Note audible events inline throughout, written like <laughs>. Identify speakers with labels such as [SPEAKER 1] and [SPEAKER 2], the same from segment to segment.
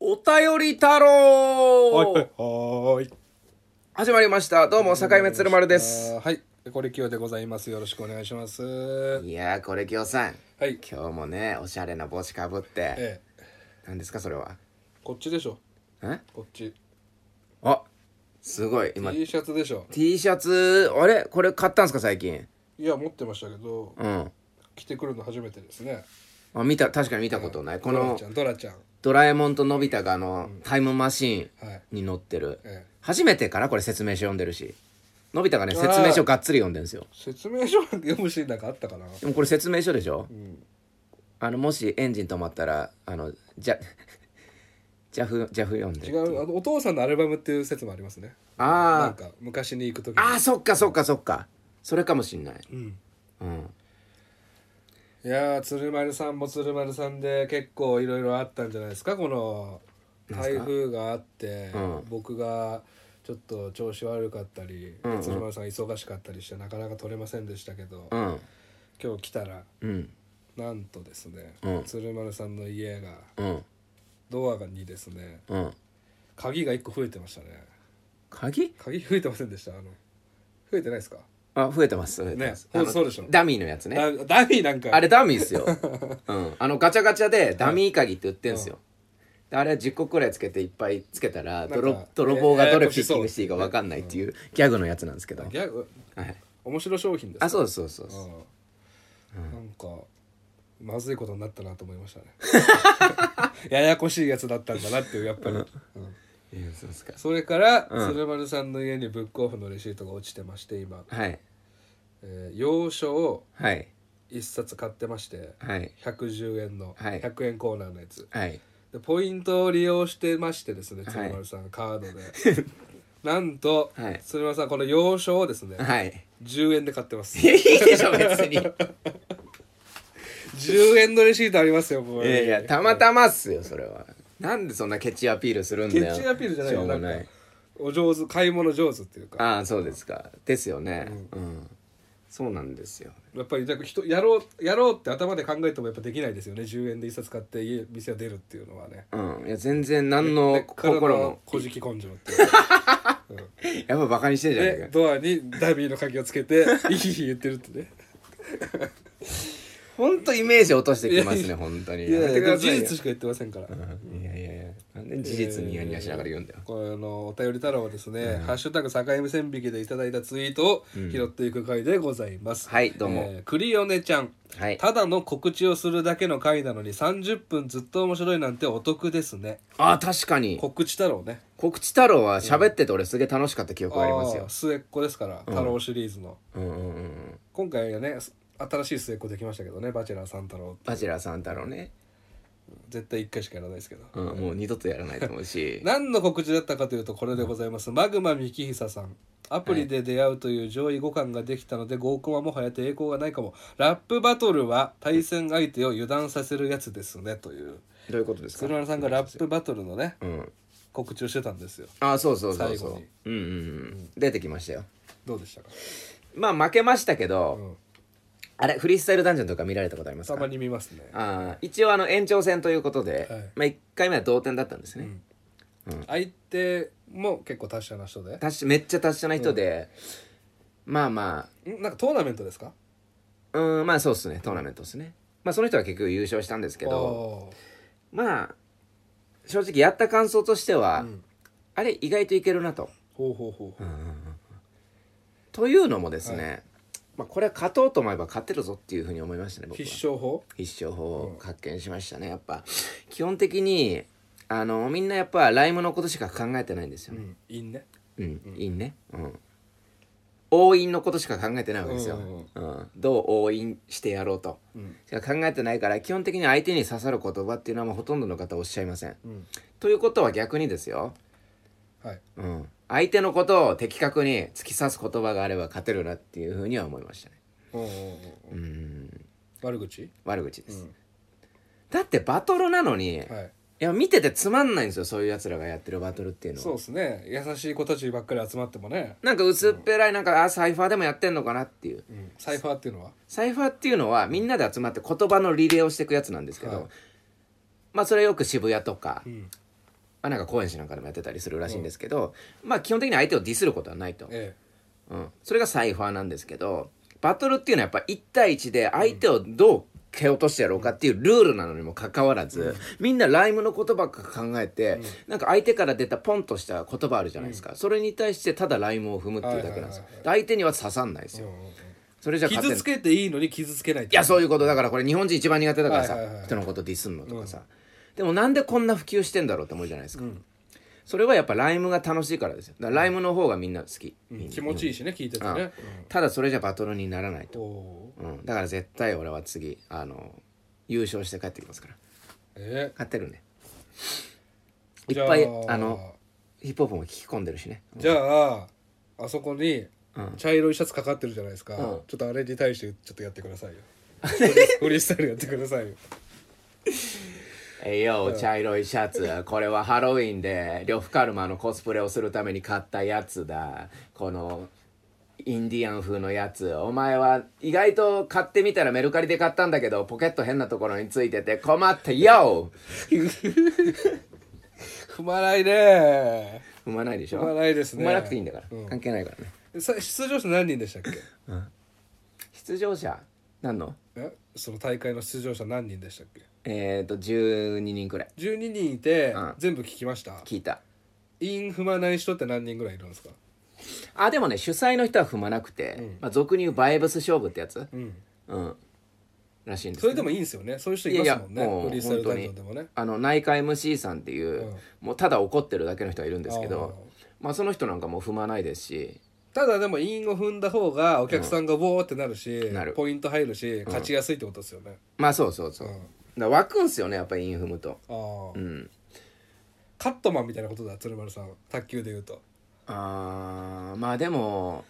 [SPEAKER 1] お便り太郎、
[SPEAKER 2] はいはい。
[SPEAKER 1] 始まりました。どうも、境目鶴丸です。。
[SPEAKER 2] はい。これきよでございます。よろしくお願いします。
[SPEAKER 1] いやー、これきよさん。
[SPEAKER 2] はい。
[SPEAKER 1] 今日もね、おしゃれな帽子かぶって。
[SPEAKER 2] ええ、
[SPEAKER 1] 何ですか、それは。
[SPEAKER 2] こっちでしょ。
[SPEAKER 1] え
[SPEAKER 2] こっち。
[SPEAKER 1] あ、すごい。今、
[SPEAKER 2] T シャツでしょ。
[SPEAKER 1] T シャツ、あれこれ買ったんすか、最近。
[SPEAKER 2] いや、持ってましたけど、
[SPEAKER 1] うん。
[SPEAKER 2] 着てくるの初めてですね。
[SPEAKER 1] あ、見た、確かに見たことない。こ
[SPEAKER 2] ドラ
[SPEAKER 1] の
[SPEAKER 2] ち、ゃん、ドラちゃん。
[SPEAKER 1] ドラえもんとのび太があの、タイムマシー
[SPEAKER 2] はい
[SPEAKER 1] ンに乗ってる。
[SPEAKER 2] ええ
[SPEAKER 1] 初めてかなこれ説明書読んでるし。のび太がね、説明書がっつり読んでるんですよ。
[SPEAKER 2] 説明書なんか読むシーンなんかあったかな。
[SPEAKER 1] でもこれ説明書でしょ、あのもしエンジン止まったらあのじゃ <laughs> ジャフジャフ読ん
[SPEAKER 2] 違
[SPEAKER 1] で
[SPEAKER 2] う、あのお父さんのアルバムっていう説もありますね。なん
[SPEAKER 1] あー
[SPEAKER 2] か昔に行く時に
[SPEAKER 1] あーそっかそっかそっかそれかもしんない
[SPEAKER 2] うん
[SPEAKER 1] うん
[SPEAKER 2] いやー鶴丸さんも鶴丸さんで結構いろいろあったんじゃないですかこの台風があって、
[SPEAKER 1] うん
[SPEAKER 2] 僕がちょっと調子悪かったり、
[SPEAKER 1] うんうん
[SPEAKER 2] 鶴丸さんが忙しかったりしてなかなか取れませんでしたけど、
[SPEAKER 1] うん
[SPEAKER 2] 今日来たら
[SPEAKER 1] うん
[SPEAKER 2] なんとですね、
[SPEAKER 1] うん
[SPEAKER 2] 鶴丸さんの家が
[SPEAKER 1] うん
[SPEAKER 2] ドアがにですね
[SPEAKER 1] うん
[SPEAKER 2] 鍵が1個増えてましたね
[SPEAKER 1] 鍵
[SPEAKER 2] 鍵増えてませんでしたあの増えてないですか
[SPEAKER 1] あ増えてます増えてます、
[SPEAKER 2] ね
[SPEAKER 1] あの
[SPEAKER 2] そうでしょ
[SPEAKER 1] ダミーのやつね
[SPEAKER 2] ダダミーなんか
[SPEAKER 1] あれダミーっ
[SPEAKER 2] <laughs>
[SPEAKER 1] すよ、うん、あのガチャガチャでダミー鍵って売ってんすよ、であれ10個くらいつけていっぱいつけたら
[SPEAKER 2] んか
[SPEAKER 1] 泥泥棒がど
[SPEAKER 2] やや
[SPEAKER 1] れ
[SPEAKER 2] こ
[SPEAKER 1] ピ
[SPEAKER 2] し
[SPEAKER 1] ッ
[SPEAKER 2] そう
[SPEAKER 1] キングしていいか分かんないっていうギャグのやつなんですけど、
[SPEAKER 2] ギャグ
[SPEAKER 1] はい、
[SPEAKER 2] 面白商品です
[SPEAKER 1] あそうですそうですそうです
[SPEAKER 2] うんなんかまずいことになったなと思い
[SPEAKER 1] <laughs>
[SPEAKER 2] ましたねややこしいやつだったんだなっていうやっぱり、うん
[SPEAKER 1] いやそうですか
[SPEAKER 2] それから、鶴丸さんの家にブックオフのレシートが落ちてまして今、
[SPEAKER 1] はい
[SPEAKER 2] えー洋書を
[SPEAKER 1] はい
[SPEAKER 2] 1冊買ってまして
[SPEAKER 1] はい
[SPEAKER 2] 110円の
[SPEAKER 1] はい
[SPEAKER 2] 100円コーナーのやつ、
[SPEAKER 1] はい
[SPEAKER 2] でポイントを利用してましてですね
[SPEAKER 1] い
[SPEAKER 2] 鶴丸さん、カード
[SPEAKER 1] <laughs>
[SPEAKER 2] でなんと、
[SPEAKER 1] はい
[SPEAKER 2] 鶴丸さんこの洋書をですね
[SPEAKER 1] はい
[SPEAKER 2] 10円で買ってます
[SPEAKER 1] いやいいでしょ別 <laughs> にい
[SPEAKER 2] 10円のレシートありますよこ
[SPEAKER 1] やいやたまたまっすよそれはなんでそんなケチアピールするんだよ
[SPEAKER 2] ケチアピールじゃない
[SPEAKER 1] しょ
[SPEAKER 2] よ
[SPEAKER 1] うが
[SPEAKER 2] な
[SPEAKER 1] なんい
[SPEAKER 2] かお上手買い物上手っていうか
[SPEAKER 1] ああそうですかですよねうん、そうなんですよ
[SPEAKER 2] やっぱりなんか人やろうやろうって頭で考えてもやっぱできないですよね10円で一冊買って家店を出るっていうのはね
[SPEAKER 1] うんいや全然何の
[SPEAKER 2] 心
[SPEAKER 1] 心
[SPEAKER 2] の
[SPEAKER 1] も
[SPEAKER 2] こじき根性っていうか
[SPEAKER 1] やっぱバカにしてんじゃない
[SPEAKER 2] で
[SPEAKER 1] か
[SPEAKER 2] ドアにダビーの鍵をつけて <laughs> イヒヒ言ってるってね
[SPEAKER 1] ほんとイメージ落としてきますね <laughs> 本当に
[SPEAKER 2] いや
[SPEAKER 1] やめてくだ
[SPEAKER 2] 事
[SPEAKER 1] さいよ
[SPEAKER 2] 実しか言ってませんから、
[SPEAKER 1] いやいやいやなんで事実にニヤニヤしながら言うんだよ
[SPEAKER 2] このお便り太郎はですね「ハッシュタグ境目線引き」でいただいたツイートを拾っていく回でございます、
[SPEAKER 1] はいどうも
[SPEAKER 2] ークリオネちゃん、
[SPEAKER 1] はい
[SPEAKER 2] ただの告知をするだけの回なのに30分ずっと面白いなんてお得ですね
[SPEAKER 1] ああ確かに
[SPEAKER 2] 告知太郎ね
[SPEAKER 1] 告知太郎は喋ってて俺すげえ楽しかった記憶ありますよ
[SPEAKER 2] ー末っ子ですから太郎シリーズの、
[SPEAKER 1] うんうんうんうん
[SPEAKER 2] 今回はねす新しい末っ子できましたけどね「バチェラー三太郎
[SPEAKER 1] バチェラーさん太郎ね、」
[SPEAKER 2] 絶対1回しかやらないですけど
[SPEAKER 1] うん、もう二度とやら <laughs> ないと思うし
[SPEAKER 2] 何の告知だったかというとこれでございます、マグマ幹久さんアプリで出会うという上位互換ができたので合コンはもはや抵抗がないかもラップバトルは対戦相手を油断させるやつですねという
[SPEAKER 1] どういうことですか
[SPEAKER 2] 鶴丸さんがラップバトルのね
[SPEAKER 1] うん
[SPEAKER 2] 告知をしてたんですよ
[SPEAKER 1] あそうそうそう
[SPEAKER 2] 最後
[SPEAKER 1] そ
[SPEAKER 2] に
[SPEAKER 1] ううんうんうん出てきましたよ
[SPEAKER 2] どうでしたか
[SPEAKER 1] まあ負けましたけど、
[SPEAKER 2] ん
[SPEAKER 1] あれフリースタイルダンジョンとか見られたことあります
[SPEAKER 2] た
[SPEAKER 1] か
[SPEAKER 2] まに見ますね
[SPEAKER 1] あー一応あの延長戦ということで、
[SPEAKER 2] はい
[SPEAKER 1] まあ1回目は同点だったんですね、
[SPEAKER 2] 相手も結構達者な人で
[SPEAKER 1] 達しめっちゃ達者な人で、まあま
[SPEAKER 2] んなんかトーナメントですか
[SPEAKER 1] あうんまあそうっすねトーナメントっすねまあその人は結局優勝したんですけど
[SPEAKER 2] おー
[SPEAKER 1] まあ正直やった感想としては、あれ意外といけるなと。
[SPEAKER 2] ほうほうほうほう
[SPEAKER 1] というのもですね、まあ、これは勝とうと思えば勝てるぞっていうふうに思いましたね僕は
[SPEAKER 2] 必勝法
[SPEAKER 1] 必勝法を発見しましたねやっぱ基本的にあのみんなやっぱライムのことしか考えてないんですよ
[SPEAKER 2] う
[SPEAKER 1] ね
[SPEAKER 2] んいいね
[SPEAKER 1] うん、いいねうん応印のことしか考えてないわけですよ、
[SPEAKER 2] う
[SPEAKER 1] うんんどう応印してやろうと、しか考えてないから基本的に相手に刺さる言葉っていうのはもうほとんどの方おっしゃいません、
[SPEAKER 2] ん
[SPEAKER 1] ということは逆にですよ、
[SPEAKER 2] はい
[SPEAKER 1] うん、相手のことを的確に突き刺す言葉があれば勝てるなっていうふうには思いましたね
[SPEAKER 2] おうおうおう悪口
[SPEAKER 1] 悪口です、だってバトルなのに、い、
[SPEAKER 2] はい
[SPEAKER 1] や見ててつまんないんですよそういうやつらがやってるバトルっていうのは
[SPEAKER 2] そうですね優しい子たちばっかり集まってもね、
[SPEAKER 1] なんか薄っぺらいなんかあサイファーでもやってんのかなっていう
[SPEAKER 2] サイファーっていうのは
[SPEAKER 1] サイファーっていうのはみんなで集まって言葉のリレーをしていくやつなんですけど、
[SPEAKER 2] はい
[SPEAKER 1] まあそれよく渋谷とか、あなんか高円寺なんかでもやってたりするらしいんですけど、まあ基本的に相手をディスることはないと、
[SPEAKER 2] え
[SPEAKER 1] うん、それがサイファーなんですけどバトルっていうのはやっぱ1対1で相手をどう蹴落としてやろうかっていうルールなのにもかかわらず、みんなライムのことばっか考えて、なんか相手から出たポンとした言葉あるじゃないですか、それに対してただライムを踏むっていうだけなんですよ、
[SPEAKER 2] は
[SPEAKER 1] で
[SPEAKER 2] い
[SPEAKER 1] 相手には刺さんないですよ、それじ
[SPEAKER 2] え
[SPEAKER 1] ゃ勝て
[SPEAKER 2] 傷
[SPEAKER 1] ない
[SPEAKER 2] つけていいのに傷つけないっ
[SPEAKER 1] い
[SPEAKER 2] て
[SPEAKER 1] やそういうことだからこれ日本人一番苦手だからさ、
[SPEAKER 2] はいはいはい
[SPEAKER 1] 人のことディスんのとかさ、でもなんでこんな普及してんだろうって思うじゃないですか、それはやっぱライムが楽しいからですよだからライムの方がみんな好き、みんな
[SPEAKER 2] 気持ちいいしね聞いててね、
[SPEAKER 1] ただそれじゃバトルにならないと、
[SPEAKER 2] うんおー
[SPEAKER 1] うん、だから絶対俺は次あの優勝して帰ってきますから
[SPEAKER 2] え
[SPEAKER 1] 勝ってるねい
[SPEAKER 2] じゃ
[SPEAKER 1] っ
[SPEAKER 2] あ
[SPEAKER 1] ぱいあのヒップホップも聞き込んでるしね
[SPEAKER 2] じゃああそこに
[SPEAKER 1] うん
[SPEAKER 2] 茶色いシャツかかってるじゃないですか、
[SPEAKER 1] うん
[SPEAKER 2] ちょっとあれに対してちょっとやってく
[SPEAKER 1] <laughs>
[SPEAKER 2] ださいよフリースタイルやってくださいよ
[SPEAKER 1] えいよ茶色いシャツこれはハロウィンで呂布カルマのコスプレをするために買ったやつだこのインディアン風のやつお前は意外と買ってみたらメルカリで買ったんだけどポケット変なところについてて困ってよ
[SPEAKER 2] 踏まないね
[SPEAKER 1] 踏まないでしょ
[SPEAKER 2] 踏まないですね
[SPEAKER 1] 踏まなくていいんだから、
[SPEAKER 2] うん
[SPEAKER 1] 関係ないからね
[SPEAKER 2] さ出場者何人でした
[SPEAKER 1] <laughs>
[SPEAKER 2] っけ
[SPEAKER 1] 出場者何の
[SPEAKER 2] えその大会の出場者何人でしたっけ
[SPEAKER 1] えっ、ー、と12人くらい
[SPEAKER 2] 12人いて、
[SPEAKER 1] うん
[SPEAKER 2] 全部聞きました
[SPEAKER 1] 聞いた
[SPEAKER 2] イン踏まない人って何人ぐらいいるんですか
[SPEAKER 1] あでもね主催の人は踏まなくて、まあ、俗に言うバイブス勝負ってやつ
[SPEAKER 2] うん
[SPEAKER 1] うんらしいんです
[SPEAKER 2] そ
[SPEAKER 1] け
[SPEAKER 2] れ
[SPEAKER 1] ど
[SPEAKER 2] でもいいんですよねそういう人いますもんね
[SPEAKER 1] いやいやもう
[SPEAKER 2] フリースタイルダンジョンでもね
[SPEAKER 1] あの内科 MC さんっていう、
[SPEAKER 2] うん
[SPEAKER 1] もうただ怒ってるだけの人がいるんですけど
[SPEAKER 2] あ
[SPEAKER 1] まあその人なんかもう踏まないですし、
[SPEAKER 2] ただでもインを踏んだ方がお客さんがボーってなるし、
[SPEAKER 1] なる
[SPEAKER 2] ポイント入るし勝ちやすいってことですよね、
[SPEAKER 1] まあそうそうそう、
[SPEAKER 2] うん
[SPEAKER 1] だから湧くんすよねやっぱりインフムと
[SPEAKER 2] あー
[SPEAKER 1] うん
[SPEAKER 2] カットマンみたいなことだ鶴丸さん卓球で言うと
[SPEAKER 1] あーまあでも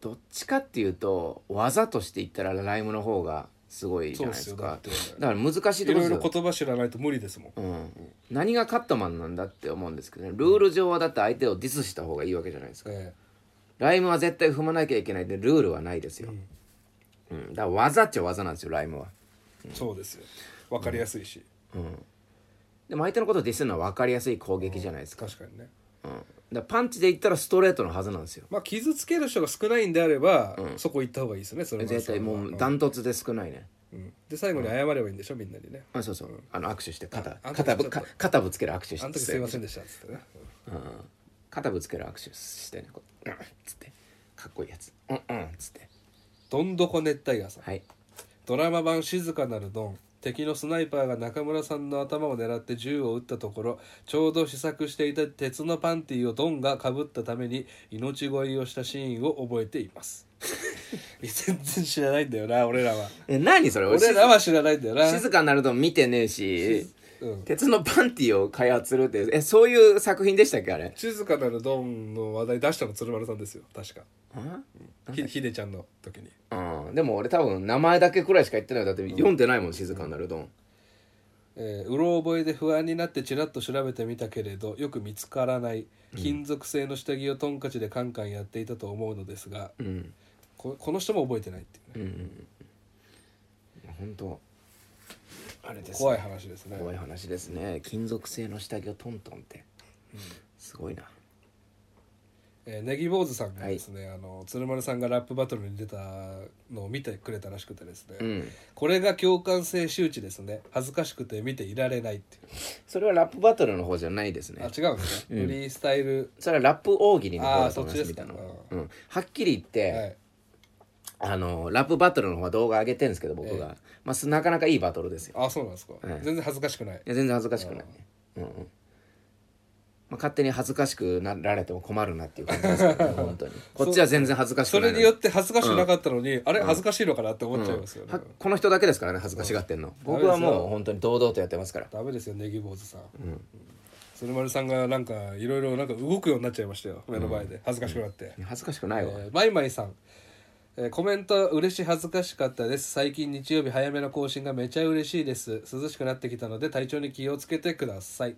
[SPEAKER 1] どっちかっていうと技として言ったらライムの方がすごいじゃないですか
[SPEAKER 2] そうっすよ
[SPEAKER 1] だから難しいところです
[SPEAKER 2] い
[SPEAKER 1] よ
[SPEAKER 2] ろいろ言葉知らないと無理ですも
[SPEAKER 1] う
[SPEAKER 2] ん
[SPEAKER 1] ん、何がカットマンなんだって思うんですけどねルール上はだって相手をディスした方がいいわけじゃないですか
[SPEAKER 2] え
[SPEAKER 1] ライムは絶対踏まなきゃいけないってルールはないですよ、うんだから技っちゃ技なんですよライムは
[SPEAKER 2] えそうですよ分かりやすいし、
[SPEAKER 1] でも相手のことをディスるのは分かりやすい攻撃じゃないですか,、
[SPEAKER 2] 確かにね
[SPEAKER 1] うん、だからパンチで言ったらストレートのはずなんですよ
[SPEAKER 2] まあ傷つける人が少ないんであれば、そこ行った方がいいですよね鶴丸さんは
[SPEAKER 1] 絶対もう
[SPEAKER 2] う
[SPEAKER 1] ダントツで少ないね、
[SPEAKER 2] んで最後に謝ればいいんでしょみんなにね
[SPEAKER 1] あそうそうあの握手して肩
[SPEAKER 2] ああの時
[SPEAKER 1] 肩ぶ
[SPEAKER 2] ちょっと
[SPEAKER 1] か肩ぶつける握手して
[SPEAKER 2] あの時すいませんでしたっつってね
[SPEAKER 1] うん、肩ぶつける握手してねこううんっつってかっこいいやつうんうんっつって
[SPEAKER 2] どんどこ熱帯夜さん
[SPEAKER 1] はい
[SPEAKER 2] ドラマ版「静かなるドン」敵のスナイパーが中村さんの頭を狙って銃を撃ったところちょうど試作していた鉄のパンティをドンがかぶったために命乞いをしたシーンを覚えています <laughs> いや全然知らないんだよな俺らは
[SPEAKER 1] え何それ
[SPEAKER 2] 俺らは知らないんだよな、
[SPEAKER 1] 静かになると見てねえし、
[SPEAKER 2] うん、
[SPEAKER 1] 鉄のパンティを開発するってえそういう作品でしたっけあれ
[SPEAKER 2] 静かなるドンの話題出したの鶴丸さんですよ確かひひでちゃんの時に
[SPEAKER 1] うんでも俺多分名前だけくらいしか言ってないだって読んでないもん静かになるドン
[SPEAKER 2] えーうろ覚えで不安になってちらっと調べてみたけれどよく見つからない金属製の下着をトンカチでカンカンやっていたと思うのですが、
[SPEAKER 1] うん
[SPEAKER 2] ここの人も覚えてないっていうね、
[SPEAKER 1] 本当あれです
[SPEAKER 2] 怖い話ですね
[SPEAKER 1] 怖い話ですね金属製の下着をトントンって、すごいな
[SPEAKER 2] えーネギ坊主さんがですね、あの鶴丸さんがラップバトルに出たのを見てくれたらしくてですね、
[SPEAKER 1] うん
[SPEAKER 2] これが共感性周知ですね恥ずかしくて見ていられないっていう
[SPEAKER 1] それはラップバトルの方じゃないですね
[SPEAKER 2] あ違うんですね、フリースタイル
[SPEAKER 1] それはラップ大喜利の方
[SPEAKER 2] あー
[SPEAKER 1] だと思います
[SPEAKER 2] そっ
[SPEAKER 1] み
[SPEAKER 2] ち
[SPEAKER 1] た
[SPEAKER 2] で
[SPEAKER 1] い
[SPEAKER 2] す
[SPEAKER 1] な
[SPEAKER 2] か
[SPEAKER 1] うんはっきり言って、
[SPEAKER 2] はい
[SPEAKER 1] あのラップバトルの方は動画上げてるんですけど僕が、まあすなかなかいいバトルですよ
[SPEAKER 2] あそうなんですか、全然恥ずかしくない
[SPEAKER 1] いや全然恥ずかしくないねうんうんまあ、勝手に恥ずかしくなられても困るなっていう感じですけど、
[SPEAKER 2] <laughs>
[SPEAKER 1] ね、本当にこっちは全然恥ずかしく
[SPEAKER 2] そ
[SPEAKER 1] ない
[SPEAKER 2] れ
[SPEAKER 1] の
[SPEAKER 2] によって恥ずかしくなかったのに、あれ恥ずかしいのかなって思っちゃいますよね、
[SPEAKER 1] はこの人だけですからね恥ずかしがってんの僕はもう本当に堂々とやってますから
[SPEAKER 2] ダメですよネギ坊主さん、鶴丸さんがなんかいろいろなんか動くようになっちゃいましたよ目の前で恥ずかしくなって、
[SPEAKER 1] 恥ずかしくないわ、
[SPEAKER 2] えーマイマイさん、えーコメント嬉しい恥ずかしかったです最近日曜日早めの更新がめちゃ嬉しいです涼しくなってきたので体調に気をつけてください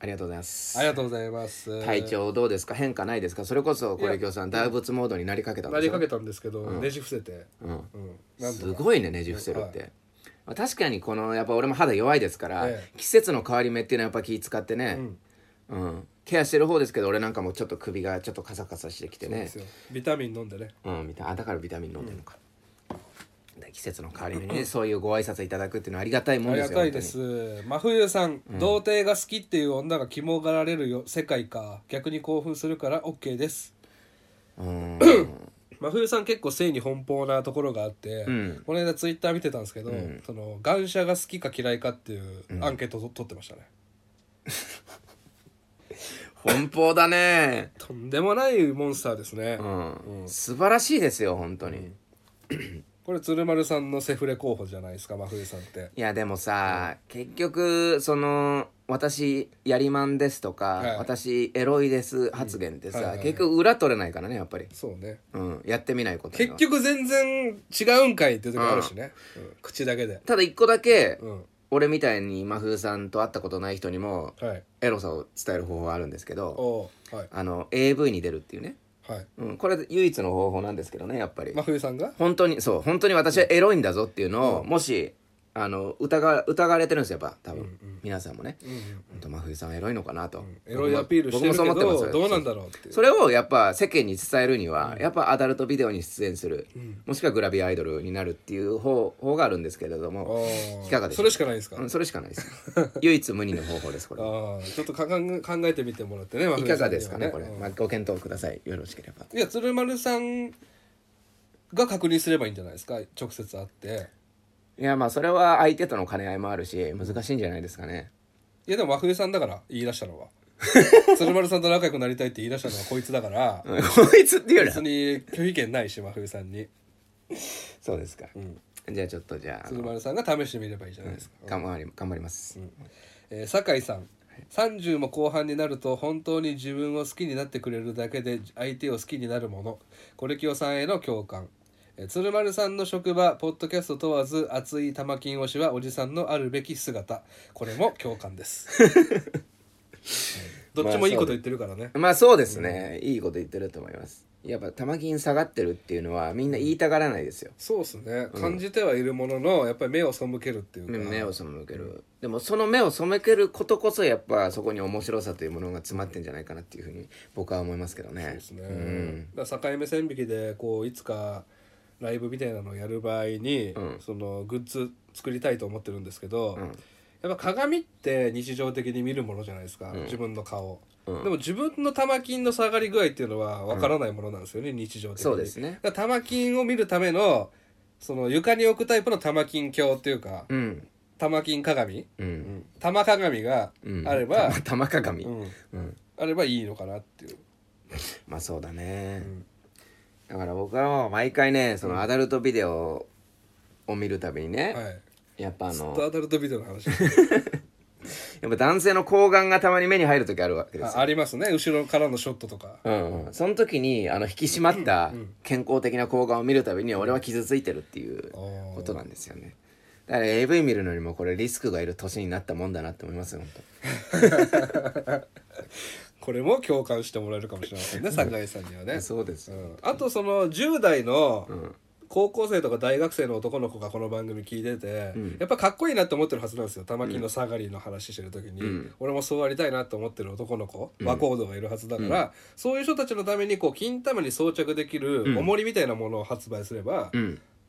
[SPEAKER 1] ありがとうございます
[SPEAKER 2] ありがとうございます
[SPEAKER 1] 体調どうですか変化ないですかそれこそこれ今日さん大仏モードになりかけたん
[SPEAKER 2] な
[SPEAKER 1] ですよ
[SPEAKER 2] りかけたんですけど、ねじ伏せて、
[SPEAKER 1] うん
[SPEAKER 2] うん、なん
[SPEAKER 1] すごいねねじ伏せるって、まあ確かにこのやっぱ俺も肌弱いですから、
[SPEAKER 2] え
[SPEAKER 1] 季節の変わり目っていうのはやっぱ気使ってね、うんうん、ケアしてる方ですけど俺なんかもちょっと首がちょっとカサカサしてきて
[SPEAKER 2] そうで
[SPEAKER 1] ね
[SPEAKER 2] すよビタミン飲んでね
[SPEAKER 1] うんみたいなあだからビタミン飲んでるのか、で季節の変わり目に
[SPEAKER 2] <laughs>
[SPEAKER 1] ねそういうご挨拶いただくっていうのはありがたいも
[SPEAKER 2] あ
[SPEAKER 1] ん
[SPEAKER 2] り
[SPEAKER 1] で
[SPEAKER 2] が
[SPEAKER 1] すよ
[SPEAKER 2] たいです真冬さん、童貞が好きっていう女が肝がられるよ世界か逆に興奮するから OK です
[SPEAKER 1] 本当にうん
[SPEAKER 2] <clears throat> 真冬さん結構性に奔放なところがあって、
[SPEAKER 1] ん
[SPEAKER 2] この間ツイッター見てたんですけど、その願者が好きか嫌いかっていうアンケートをと取ってましたね、
[SPEAKER 1] 奔放だね
[SPEAKER 2] とんでもないモンスターですね、
[SPEAKER 1] うん、素晴らしいですよ本当に、
[SPEAKER 2] これ鶴丸さんのセフレ候補じゃないですか真冬さんって
[SPEAKER 1] いやでもさ、結局その私やりまんですとか、
[SPEAKER 2] はい
[SPEAKER 1] 私エロいです発言ってさ、
[SPEAKER 2] はいはいはい
[SPEAKER 1] 結局裏取れないからねやっぱり、
[SPEAKER 2] そうね
[SPEAKER 1] うん、やってみないことには
[SPEAKER 2] 結局全然違うんかいっていう時あるしね、うん口だけで
[SPEAKER 1] ただ一個だけ、
[SPEAKER 2] うん
[SPEAKER 1] 俺みたいに真風さんと会ったことない人にも
[SPEAKER 2] はい
[SPEAKER 1] エロさを伝える方法はあるんですけど
[SPEAKER 2] おうはい
[SPEAKER 1] あの AV に出るっていうね、
[SPEAKER 2] はい
[SPEAKER 1] うん、これは唯一の方法なんですけどねやっぱり
[SPEAKER 2] 真冬さんが
[SPEAKER 1] 本当にそう本当に私はエロいんだぞっていうのを、もしあの疑わ疑われてるんですよやっぱ多分、皆さんもね、本当真冬さんはエロいのかなと、
[SPEAKER 2] エロいアピールしてるけど
[SPEAKER 1] 僕もそう思ってます
[SPEAKER 2] どうなんだろうっていう
[SPEAKER 1] それをやっぱ世間に伝えるには、やっぱアダルトビデオに出演する、もしくはグラビアアイドルになるっていう方方があるんですけれど
[SPEAKER 2] あ
[SPEAKER 1] も
[SPEAKER 2] ー
[SPEAKER 1] いかがでしょ
[SPEAKER 2] そうれしかないですか、
[SPEAKER 1] うんそれしかないです唯一無二の方法ですこれは
[SPEAKER 2] <laughs> ああちょっとかかん考えてみてもらってね真
[SPEAKER 1] い
[SPEAKER 2] 冬
[SPEAKER 1] かが
[SPEAKER 2] さんには
[SPEAKER 1] ですかねこれ、
[SPEAKER 2] うん
[SPEAKER 1] まあ、ご検討くださいよろしければ
[SPEAKER 2] いや鶴丸さんが確認すればいいんじゃないですか直接会って
[SPEAKER 1] いやまあそれは相手との兼ね合いもあるし難しいんじゃないですかね
[SPEAKER 2] いやでも真冬さんだから言い出し
[SPEAKER 1] <laughs>
[SPEAKER 2] たのは鶴丸さんと仲良くなりたいって言い出したのはこいつだから
[SPEAKER 1] うんこいつっていうより
[SPEAKER 2] 別
[SPEAKER 1] は
[SPEAKER 2] に拒否権ないし真冬さんに
[SPEAKER 1] そうですか、じゃあちょっとじゃああの
[SPEAKER 2] 鶴丸さんが試してみればいいじゃないですか、
[SPEAKER 1] 頑張り頑張ります、
[SPEAKER 2] えー酒井さん30も後半になると本当に自分を好きになってくれるだけで相手を好きになるものコレキオさんへの共感、えー鶴丸さんの職場ポッドキャスト問わず熱い玉金推しはおじさんのあるべき姿これも共感です
[SPEAKER 1] <laughs>
[SPEAKER 2] うんどっちもいいこと言ってるからね、
[SPEAKER 1] まあそうですね、いいこと言ってると思いますやっぱ玉金下がってるっていうのはみんな言いたがらないですよ、
[SPEAKER 2] そうですね感じてはいるもののやっぱり目を背けるっていうか、
[SPEAKER 1] 目を背ける、でもその目を背けることこそやっぱそこに面白さというものが詰まってんじゃないかなっていうふうに僕は思いますけどね
[SPEAKER 2] ですね、だから境目線引きでこういつかライブみたいなのをやる場合に、そのグッズ作りたいと思ってるんですけど、やっぱ鏡って日常的に見るものじゃないですか、自分の顔、でも自分の玉金の下がり具合っていうのはわからないものなんですよね、日常的に
[SPEAKER 1] そうですね
[SPEAKER 2] だから玉金を見るためのその床に置くタイプの玉金鏡っていうか、
[SPEAKER 1] うん
[SPEAKER 2] 玉金鏡、
[SPEAKER 1] うん、
[SPEAKER 2] うん玉鏡があれば、
[SPEAKER 1] たま玉鏡、
[SPEAKER 2] うんあればいいのかなっていう
[SPEAKER 1] まあそうだね、だから僕はもう毎回ねそのアダルトビデオを見るたびにね、
[SPEAKER 2] はい
[SPEAKER 1] やっぱあ
[SPEAKER 2] ず
[SPEAKER 1] の
[SPEAKER 2] っとアダルトビデオの話
[SPEAKER 1] やっぱ男性の睾丸がたまに目に入る時あるわけですよ
[SPEAKER 2] あありますね後ろからのショットとか
[SPEAKER 1] うんうん、その時にあの引き締まった健康的な睾丸を見るたびに俺は傷ついてるっていうことなんですよねだから AV 見るのにもこれリスクがいる年になったもんだなって思いますよ本
[SPEAKER 2] これも共感してもらえるかもしれませんね酒井さんにはね
[SPEAKER 1] 当、そうです
[SPEAKER 2] う
[SPEAKER 1] よ
[SPEAKER 2] ん、あとその10代の高校生とか大学生の男の子がこの番組聞いてて、やっぱかっこいいなって思ってるはずなんですよ玉金の下がりの話してる時に、俺もそうありたいなと思ってる男の子、和コードがいるはずだから、そういう人たちのためにこう金玉に装着できる重りみたいなものを発売すれば、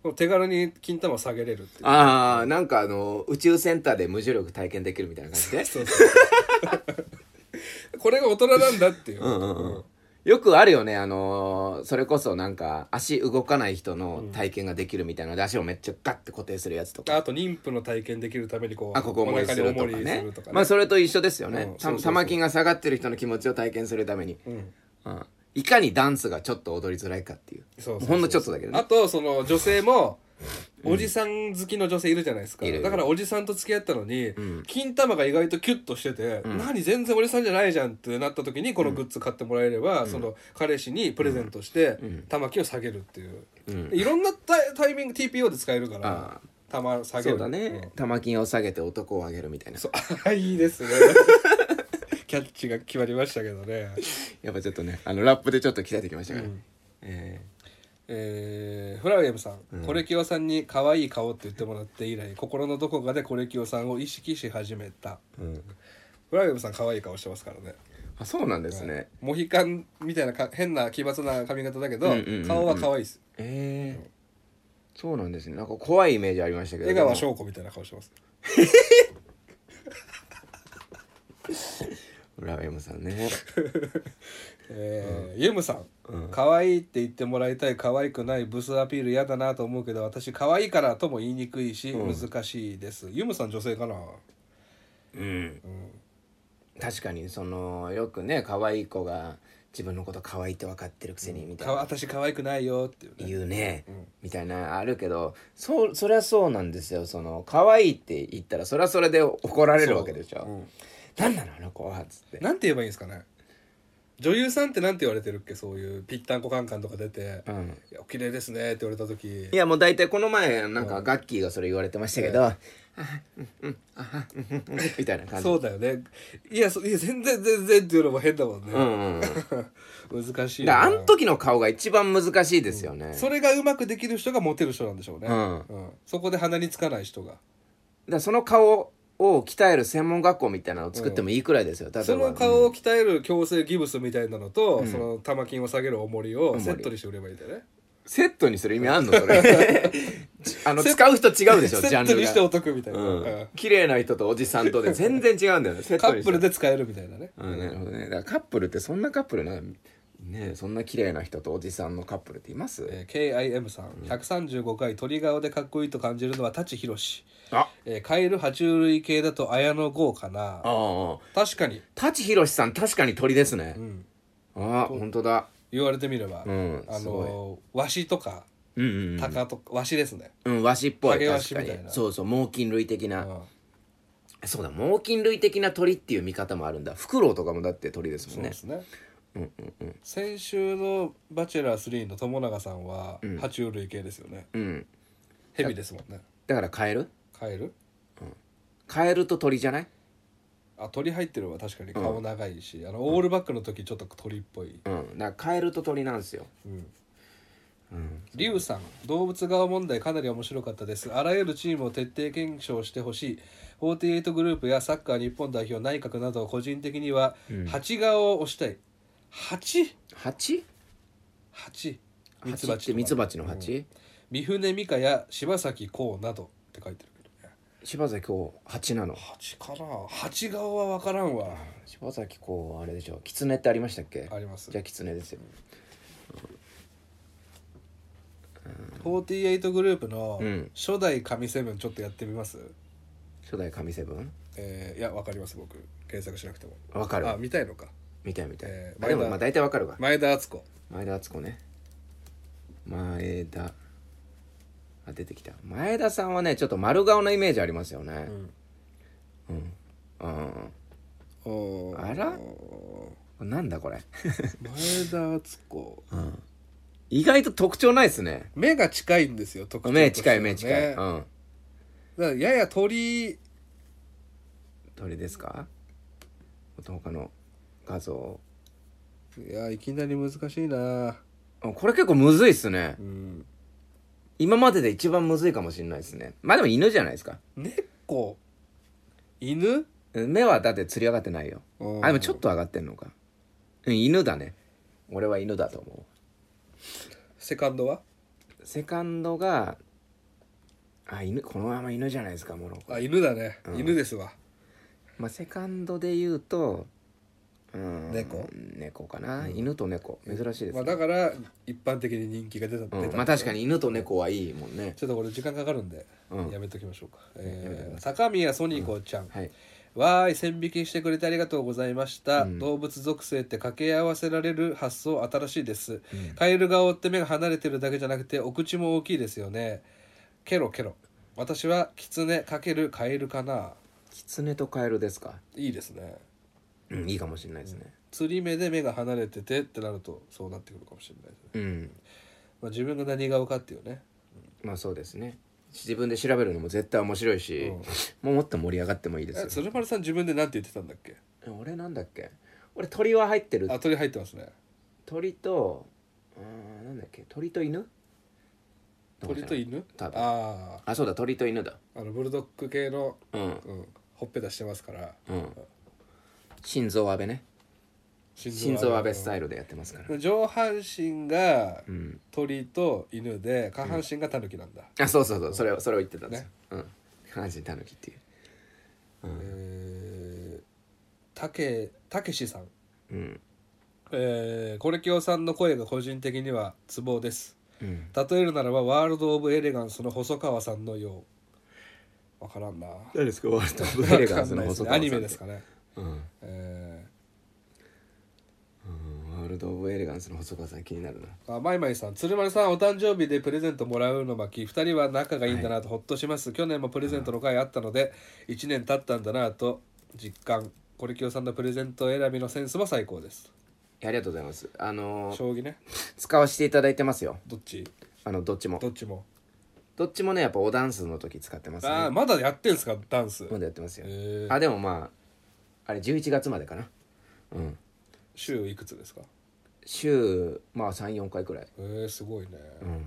[SPEAKER 2] この手軽に金玉を下げれるっていう。
[SPEAKER 1] ああなんかあの宇宙センターで無重力体験できるみたいな感じで
[SPEAKER 2] そうそうこれが大人なんだっていう。うん
[SPEAKER 1] よくあるよねあのーそれこそなんか足動かない人の体験ができるみたいなので足をめっちゃガッて固定するやつとか
[SPEAKER 2] あと妊婦の体験できるためにこう
[SPEAKER 1] あここ重りするとかね
[SPEAKER 2] するとかね
[SPEAKER 1] まあそれと一緒ですよね、
[SPEAKER 2] うん
[SPEAKER 1] た
[SPEAKER 2] そうそうそう
[SPEAKER 1] 玉筋が下がってる人の気持ちを体験するために、
[SPEAKER 2] ん
[SPEAKER 1] うんいかにダンスがちょっと踊りづらいかっていう
[SPEAKER 2] そうそうそう
[SPEAKER 1] ほんのちょっとだけど
[SPEAKER 2] あ
[SPEAKER 1] ね
[SPEAKER 2] とその女性もおじさん好きの女性いるじゃないですか、
[SPEAKER 1] いるいる
[SPEAKER 2] だからおじさんと付き合ったのに、金玉が意外とキュッとしてて、何全然おじさんじゃないじゃんってなった時にこのグッズ買ってもらえれば、その彼氏にプレゼントして、玉木を下げるっていう、いろんなタイタイミング TPO で使えるから玉下げ
[SPEAKER 1] そ
[SPEAKER 2] る
[SPEAKER 1] うだね、玉筋を下げて男を上げるみたいな
[SPEAKER 2] そうあいいですねキャッチが決まりましたけどね
[SPEAKER 1] <laughs> やっぱちょっとねあのラップでちょっと鍛えてきましたから、え
[SPEAKER 2] えーフラウエムさん、コレキオさんに可愛い顔って言ってもらって以来心のどこかでコレキオさんを意識し始めた、フラウエムさん可愛い顔してますからね
[SPEAKER 1] あそうなんですね、
[SPEAKER 2] モヒカンみたいなか変な奇抜な髪型だけど、
[SPEAKER 1] うんうんうんうん
[SPEAKER 2] 顔は可愛いです
[SPEAKER 1] ええそうなんですねなんか怖いイメージありましたけど
[SPEAKER 2] 江川
[SPEAKER 1] でも
[SPEAKER 2] 翔子みたいな顔してます
[SPEAKER 1] ラウエムさんね
[SPEAKER 2] えーユムさん、可愛いって言ってもらいたい可愛くないブスアピール嫌だなと思うけど私可愛いからとも言いにくいし、難しいですユムさん女性かな
[SPEAKER 1] うん、確かにそのよくね可愛い子が自分のこと可愛いって分かってるくせにみたいな、
[SPEAKER 2] かわ私可愛くないよっていうね
[SPEAKER 1] 言うね、みたいなあるけどそうそりゃそうなんですよその可愛いって言ったらそりゃそれで怒られるわけでしょ、
[SPEAKER 2] うん
[SPEAKER 1] なんなのあの子はっつって
[SPEAKER 2] なんて言えばいいんですかね女優さんってなんて言われてるっけそういうぴったんこカンカンとか出て「
[SPEAKER 1] ん
[SPEAKER 2] いやお綺麗ですね」って言われた時
[SPEAKER 1] いやもう大体この前なんかガッキーがそれ言われてましたけど、あうんうんあうんうんうんみたいな感じ
[SPEAKER 2] そうだよねいやそいや全然全然っていうのも変だもんね、
[SPEAKER 1] うんうんうん、だか
[SPEAKER 2] <laughs> 難しいよ
[SPEAKER 1] ら
[SPEAKER 2] な
[SPEAKER 1] あの時の顔が一番難しいですよね、だか
[SPEAKER 2] それがうまくできる人がモテる人なんでしょうね、
[SPEAKER 1] うん
[SPEAKER 2] そこで鼻につかない人が
[SPEAKER 1] らその顔を鍛える専門学校みたいなのを作ってもいいくらいですよ、例えば
[SPEAKER 2] その顔を鍛える矯正ギブスみたいなのと、その玉筋を下げる重りを
[SPEAKER 1] り
[SPEAKER 2] セットにして売ればいいんだよね
[SPEAKER 1] セットにする意味あんのそ
[SPEAKER 2] <laughs>
[SPEAKER 1] れあの使う人違うでしょジ
[SPEAKER 2] セ
[SPEAKER 1] ャン
[SPEAKER 2] ット
[SPEAKER 1] ル
[SPEAKER 2] にして
[SPEAKER 1] が
[SPEAKER 2] お得みたいな、
[SPEAKER 1] う
[SPEAKER 2] うん
[SPEAKER 1] ん綺麗な人とおじさんと
[SPEAKER 2] <laughs>
[SPEAKER 1] で全然違うんだよねセッ
[SPEAKER 2] カ
[SPEAKER 1] トに
[SPEAKER 2] ッ
[SPEAKER 1] して
[SPEAKER 2] プルで使えるみたいなね
[SPEAKER 1] あなるほどねだからカップルってそんなカップルなねそんな綺麗な人とおじさんのカップルっています、
[SPEAKER 2] えー KIM さん135回鳥顔でかっこいいと感じるのは舘ひろし、
[SPEAKER 1] あ
[SPEAKER 2] えーカエル爬虫類系だと綾野剛かな
[SPEAKER 1] ああ
[SPEAKER 2] 確かに、
[SPEAKER 1] 舘ひろしさん確かに鳥ですね、
[SPEAKER 2] うん、
[SPEAKER 1] ああ本当だ
[SPEAKER 2] 言われてみれば、
[SPEAKER 1] うん
[SPEAKER 2] あ
[SPEAKER 1] すごい
[SPEAKER 2] のーワシとか
[SPEAKER 1] うんうん
[SPEAKER 2] タカとか、ワシですね、
[SPEAKER 1] うん、うん、わしっぽい
[SPEAKER 2] 影わし
[SPEAKER 1] 確か
[SPEAKER 2] みたい
[SPEAKER 1] に
[SPEAKER 2] な
[SPEAKER 1] そうそう猛禽類的な、
[SPEAKER 2] うん
[SPEAKER 1] そうだ猛禽類的な鳥っていう見方もあるんだフクロウとかもだって鳥ですも
[SPEAKER 2] そうん
[SPEAKER 1] ね
[SPEAKER 2] ですね先週の「バチェラー3」の友永さんは爬虫類系ですよね、
[SPEAKER 1] うん
[SPEAKER 2] ヘビですもんね
[SPEAKER 1] だからカエル
[SPEAKER 2] カエル
[SPEAKER 1] カエルと鳥じゃない
[SPEAKER 2] あ鳥入ってるわ確かに顔長いし、あのオールバックの時ちょっと鳥っぽい
[SPEAKER 1] うんだからカエルと鳥なんですよ
[SPEAKER 2] リュウさん動物顔問題かなり面白かったですあらゆるチームを徹底検証してほしい48グループやサッカー日本代表内閣など個人的には蜂顔を推したい蜂
[SPEAKER 1] 蜂
[SPEAKER 2] 蜂ミツ
[SPEAKER 1] 蜂
[SPEAKER 2] バ
[SPEAKER 1] って
[SPEAKER 2] チ
[SPEAKER 1] ミツバチの蜂、
[SPEAKER 2] 三船美佳や柴咲コウなどって書いてるけどね
[SPEAKER 1] 柴崎こう蜂なの
[SPEAKER 2] 蜂かな蜂顔は分からんわ
[SPEAKER 1] 柴崎こうあれでしょ狐ってありましたっけ
[SPEAKER 2] あります
[SPEAKER 1] じゃあ狐ですよ
[SPEAKER 2] 48グループの
[SPEAKER 1] うん
[SPEAKER 2] 初代神セブンちょっとやってみます、
[SPEAKER 1] 初代神セブン
[SPEAKER 2] えーいや分かります僕検索しなくても
[SPEAKER 1] わかる
[SPEAKER 2] あ見たいのか
[SPEAKER 1] みたいみたい、
[SPEAKER 2] えー
[SPEAKER 1] あでも
[SPEAKER 2] 前田
[SPEAKER 1] まあ大体わかるわ
[SPEAKER 2] 前田敦子
[SPEAKER 1] 前田敦子ね前田あ出てきた前田さんはねちょっと丸顔のイメージありますよねうん、うん
[SPEAKER 2] おー
[SPEAKER 1] あらなんだこれ
[SPEAKER 2] 前田敦子
[SPEAKER 1] 意外と特徴ないですね
[SPEAKER 2] 目が近いんですよ特徴と
[SPEAKER 1] 目
[SPEAKER 2] して
[SPEAKER 1] 近
[SPEAKER 2] はね
[SPEAKER 1] い目近い、
[SPEAKER 2] だか
[SPEAKER 1] うん
[SPEAKER 2] らやや鳥
[SPEAKER 1] 鳥ですか他の画像
[SPEAKER 2] いやいきなり難しいな
[SPEAKER 1] あこれ結構むずいっすね
[SPEAKER 2] うん
[SPEAKER 1] 今までで一番むずいかもしれないですねまあでも犬じゃないですか
[SPEAKER 2] 猫犬
[SPEAKER 1] 目はだって釣り上がってないよ
[SPEAKER 2] うん
[SPEAKER 1] あでもちょっと上がってんのかうん犬だね俺は犬だと思う
[SPEAKER 2] セカンドは
[SPEAKER 1] セカンドがあ犬このまま犬じゃないですかモロッコ
[SPEAKER 2] あ犬だね、犬ですわ
[SPEAKER 1] まあセカンドで言うとうん
[SPEAKER 2] 猫
[SPEAKER 1] 猫かな、犬と猫珍しいですね、
[SPEAKER 2] まあ、だから一般的に人気が出た、
[SPEAKER 1] う
[SPEAKER 2] 出
[SPEAKER 1] ん
[SPEAKER 2] た
[SPEAKER 1] まあ確かに犬と猫はいいもんね
[SPEAKER 2] ちょっとこれ時間かかるんで、
[SPEAKER 1] うん
[SPEAKER 2] やめときましょうか、えー坂宮ソニー子ちゃん、
[SPEAKER 1] はい
[SPEAKER 2] わーい線引きしてくれてありがとうございました、動物属性って掛け合わせられる発想新しいです、カエル顔って目が離れてるだけじゃなくてお口も大きいですよねケロケロ私はキツネ×カエルかな
[SPEAKER 1] キツネとカエルですか
[SPEAKER 2] いいですね
[SPEAKER 1] うんいいかもしれないですね
[SPEAKER 2] 釣り目で目が離れててってなるとそうなってくるかもしれないですね、
[SPEAKER 1] うん、
[SPEAKER 2] まあ、自分が何顔かっていうね
[SPEAKER 1] まあそうですね自分で調べるのも絶対面白いし、もうもっと盛り上がってもいいです
[SPEAKER 2] え
[SPEAKER 1] よ
[SPEAKER 2] 鶴丸さん自分で何て言ってたんだっけ
[SPEAKER 1] え俺なんだっけ俺鳥は入ってる
[SPEAKER 2] あ鳥入ってますね
[SPEAKER 1] 鳥とうーんなんだっけ鳥と犬
[SPEAKER 2] 鳥と犬
[SPEAKER 1] 多分
[SPEAKER 2] あ
[SPEAKER 1] あそうだ鳥と犬だ
[SPEAKER 2] ああのブルドック系の、
[SPEAKER 1] うん
[SPEAKER 2] うん、ほっぺたしてますから
[SPEAKER 1] うん心臓阿部ね心臓安倍スタイルでやってますから、
[SPEAKER 2] 上半身が
[SPEAKER 1] うん、
[SPEAKER 2] 鳥と犬で下半身がタヌキなんだ、
[SPEAKER 1] あそうそうそうそれをそれを言ってたんですよ
[SPEAKER 2] ね、
[SPEAKER 1] うん阪神たぬきっていう
[SPEAKER 2] えーたけたけしさん
[SPEAKER 1] うん
[SPEAKER 2] えー、コレキオさんの声が個人的にはツボです
[SPEAKER 1] うん
[SPEAKER 2] 例えるならばワールド・オブ・エレガンスの細川さんのようわからんな
[SPEAKER 1] 誰ですかワールド・オブ・エレガンスの細川さんっ
[SPEAKER 2] わかんないですねアニ
[SPEAKER 1] て
[SPEAKER 2] メですかね、
[SPEAKER 1] うん、うん、
[SPEAKER 2] え
[SPEAKER 1] ワールド・オブ・エレガンスの細川さん気になるな
[SPEAKER 2] ー、あマイマイさん鶴丸さんお誕生日でプレゼントもらうの巻き2人は仲がいいんだなとほっとします、去年もプレゼントの回あったので1年経ったんだなと実感コレキオさんのプレゼント選びのセンスも最高です
[SPEAKER 1] ありがとうございますあのー
[SPEAKER 2] 将棋ね
[SPEAKER 1] 使わせていただいてますよ
[SPEAKER 2] どっち
[SPEAKER 1] あのどっちも
[SPEAKER 2] どっちも
[SPEAKER 1] どっちもねやっぱおダンスの時使ってますね
[SPEAKER 2] あーまだやってんすかダンス、
[SPEAKER 1] まだやってますよ、
[SPEAKER 2] えー、
[SPEAKER 1] あでもまああれ11月までかなうん
[SPEAKER 2] 週いくつですか
[SPEAKER 1] 週まあ34回くらい
[SPEAKER 2] えー、すごいね、
[SPEAKER 1] うん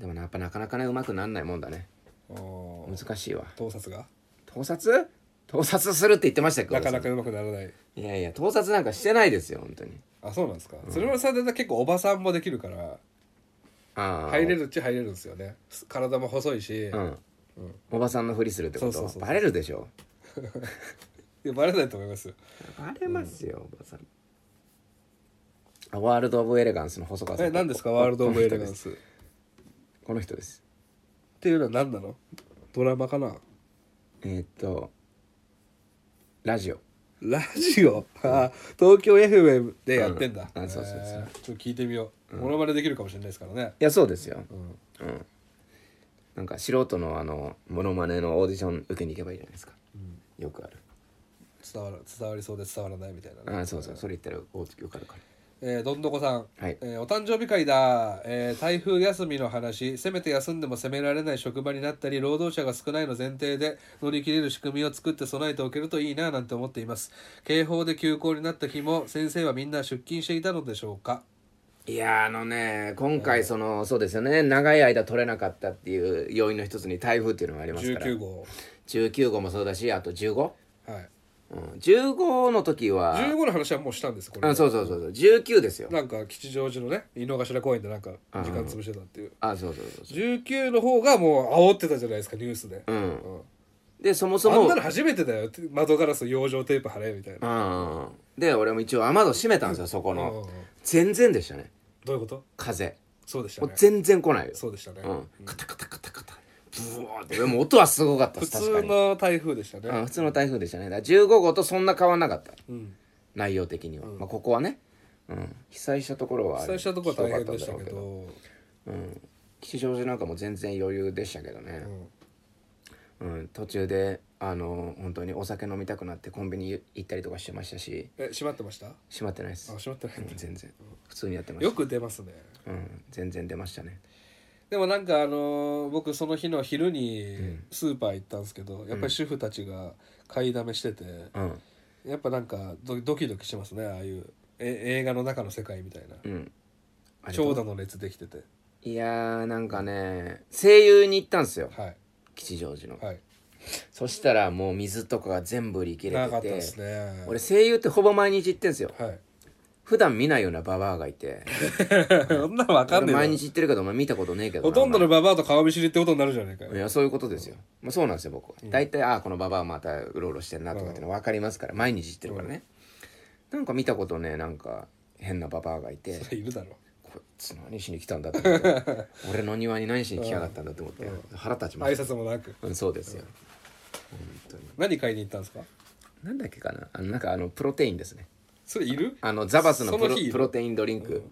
[SPEAKER 1] でもねやっぱなかなかねうまくなんないもんだね
[SPEAKER 2] あー
[SPEAKER 1] 難しいわ
[SPEAKER 2] 盗撮が
[SPEAKER 1] 盗撮盗撮するって言ってましたっけ
[SPEAKER 2] なかな
[SPEAKER 1] お父
[SPEAKER 2] かうまくならない
[SPEAKER 1] さんいやいや盗撮なんかしてないですよ本当に
[SPEAKER 2] あそうなんですか、鶴丸さんって結構おばさんもできるから
[SPEAKER 1] ああ
[SPEAKER 2] 入れるっちゃ入れるんですよねす体も細いし、
[SPEAKER 1] うん、おばさんのふりするってこと
[SPEAKER 2] そうそうそうそう
[SPEAKER 1] バレるでしょ
[SPEAKER 2] いやバレないと思いますよ
[SPEAKER 1] バレますよ、おばさんあワールド・オブ・エレガンスの細川さん
[SPEAKER 2] え何ですかワールド・オブ・エレガンスっ
[SPEAKER 1] この人です
[SPEAKER 2] ていうのは何なのドラマかな
[SPEAKER 1] えーっとラジオ
[SPEAKER 2] ラジオあ東京 FM でやってんだ、
[SPEAKER 1] うんあそうそうそう
[SPEAKER 2] えーちょっと聞いてみようモノマネできるかもしれないですからね
[SPEAKER 1] いやそうですよ
[SPEAKER 2] うん
[SPEAKER 1] うんなんか素人のあのモノマネのオーディション受けに行けばいいじゃないですか
[SPEAKER 2] うん
[SPEAKER 1] よくある
[SPEAKER 2] 伝わる伝わりそうで伝わらないみたいなね、
[SPEAKER 1] あそうそうそれ言ったらおよくあるから
[SPEAKER 2] えーどんどこさん、
[SPEAKER 1] はい
[SPEAKER 2] えーお誕生日会だ、えー台風休みの話せめて休んでも責められない職場になったり労働者が少ないの前提で乗り切れる仕組みを作って備えておけるといいななんて思っています警報で休校になった日も先生はみんな出勤していたのでしょうか
[SPEAKER 1] いやーあのね今回その、そうですよね長い間取れなかったっていう要因の一つに台風っていうのがありますから
[SPEAKER 2] 19号
[SPEAKER 1] 19号もそうだしあと 15?、
[SPEAKER 2] はい
[SPEAKER 1] うん、15の時は
[SPEAKER 2] 15の話はもうしたんですこれ
[SPEAKER 1] あそうそうそうそう19ですよ
[SPEAKER 2] なんか吉祥寺のね井の頭公園でなんか時間潰してたっていう
[SPEAKER 1] あそうそうそうそ
[SPEAKER 2] 19の方がもう煽ってたじゃないですかニュースで、
[SPEAKER 1] うう
[SPEAKER 2] うんん
[SPEAKER 1] でそもそ
[SPEAKER 2] あん
[SPEAKER 1] も
[SPEAKER 2] なの初めてだよ窓ガラス養生テープ貼れみたいな
[SPEAKER 1] うんで俺も一応雨戸閉めたんですよそこ
[SPEAKER 2] うんう
[SPEAKER 1] の
[SPEAKER 2] んうん
[SPEAKER 1] 全然でしたね
[SPEAKER 2] どういうこと
[SPEAKER 1] 風
[SPEAKER 2] そうでした
[SPEAKER 1] も
[SPEAKER 2] ね
[SPEAKER 1] う全然来ないよ
[SPEAKER 2] そうでしたね、
[SPEAKER 1] うんカタカタカタカタブワーってでも音はすごかったで
[SPEAKER 2] 普
[SPEAKER 1] す確か
[SPEAKER 2] 通
[SPEAKER 1] に
[SPEAKER 2] の台風でしたね、
[SPEAKER 1] うん普通の台風でしたねだから15号とそんな変わんなかった
[SPEAKER 2] うん、
[SPEAKER 1] 内容的には、まあ、ここはね、うん、被災したところは
[SPEAKER 2] 被災したところは大変でした
[SPEAKER 1] ひ
[SPEAKER 2] け
[SPEAKER 1] どかっ
[SPEAKER 2] ど、
[SPEAKER 1] たんだろうけど、うん、吉祥寺なんかも全然余裕でしたけどね
[SPEAKER 2] う、ん
[SPEAKER 1] うん途中であの本当にお酒飲みたくなってコンビニ行ったりとかしてましたし
[SPEAKER 2] え閉まってましたあ
[SPEAKER 1] 閉まってないです、
[SPEAKER 2] 閉まってない、
[SPEAKER 1] うん全然普通にやってまし
[SPEAKER 2] よく出ますね
[SPEAKER 1] た、うん、全然出ましたね
[SPEAKER 2] でもなんかあのー僕その日の昼にスーパー行ったんですけど、やっぱり主婦たちが買いだめしてて、
[SPEAKER 1] うん
[SPEAKER 2] やっぱなんかドドキドキしますねああいうえ映画の中の世界みたいな
[SPEAKER 1] うんありがと
[SPEAKER 2] 長
[SPEAKER 1] う
[SPEAKER 2] 蛇の列できてて
[SPEAKER 1] いやーなんかね声優に行ったんですよ
[SPEAKER 2] はい
[SPEAKER 1] 吉祥寺の
[SPEAKER 2] はい
[SPEAKER 1] そしたらもう水とかが全部売り切れ
[SPEAKER 2] なか
[SPEAKER 1] て
[SPEAKER 2] った
[SPEAKER 1] て
[SPEAKER 2] ですね
[SPEAKER 1] 俺声優ってほぼ毎日行ってんすよ
[SPEAKER 2] <laughs> はい
[SPEAKER 1] 普段見ないようなババアがいて
[SPEAKER 2] そんなのわかんねえな
[SPEAKER 1] 毎日行ってるけどお前見たことねえけどな
[SPEAKER 2] ほとんどのババアと顔見知りってことになるじゃないか
[SPEAKER 1] お
[SPEAKER 2] よ
[SPEAKER 1] 前いやそういうことですよ、まあ、そうなんですよ僕は大体、ああこのババアまたうろうろしてんなとかっての分かりますから毎日行ってるからね、なんか見たことねなんか変なババアがい
[SPEAKER 2] <laughs>
[SPEAKER 1] て
[SPEAKER 2] いるだろ
[SPEAKER 1] こいつ何しに来たんだって思って <laughs> 俺の庭に何しに来やがったんだって思って腹立ちま
[SPEAKER 2] 挨
[SPEAKER 1] した
[SPEAKER 2] 拶もなく
[SPEAKER 1] うんそうですよ
[SPEAKER 2] 何買いに行ったんですか
[SPEAKER 1] なんだっけかなあのなんかあのプロテインですね
[SPEAKER 2] それいる
[SPEAKER 1] あのザバスのプ
[SPEAKER 2] そ
[SPEAKER 1] ロ
[SPEAKER 2] の日
[SPEAKER 1] プロテインドリンク、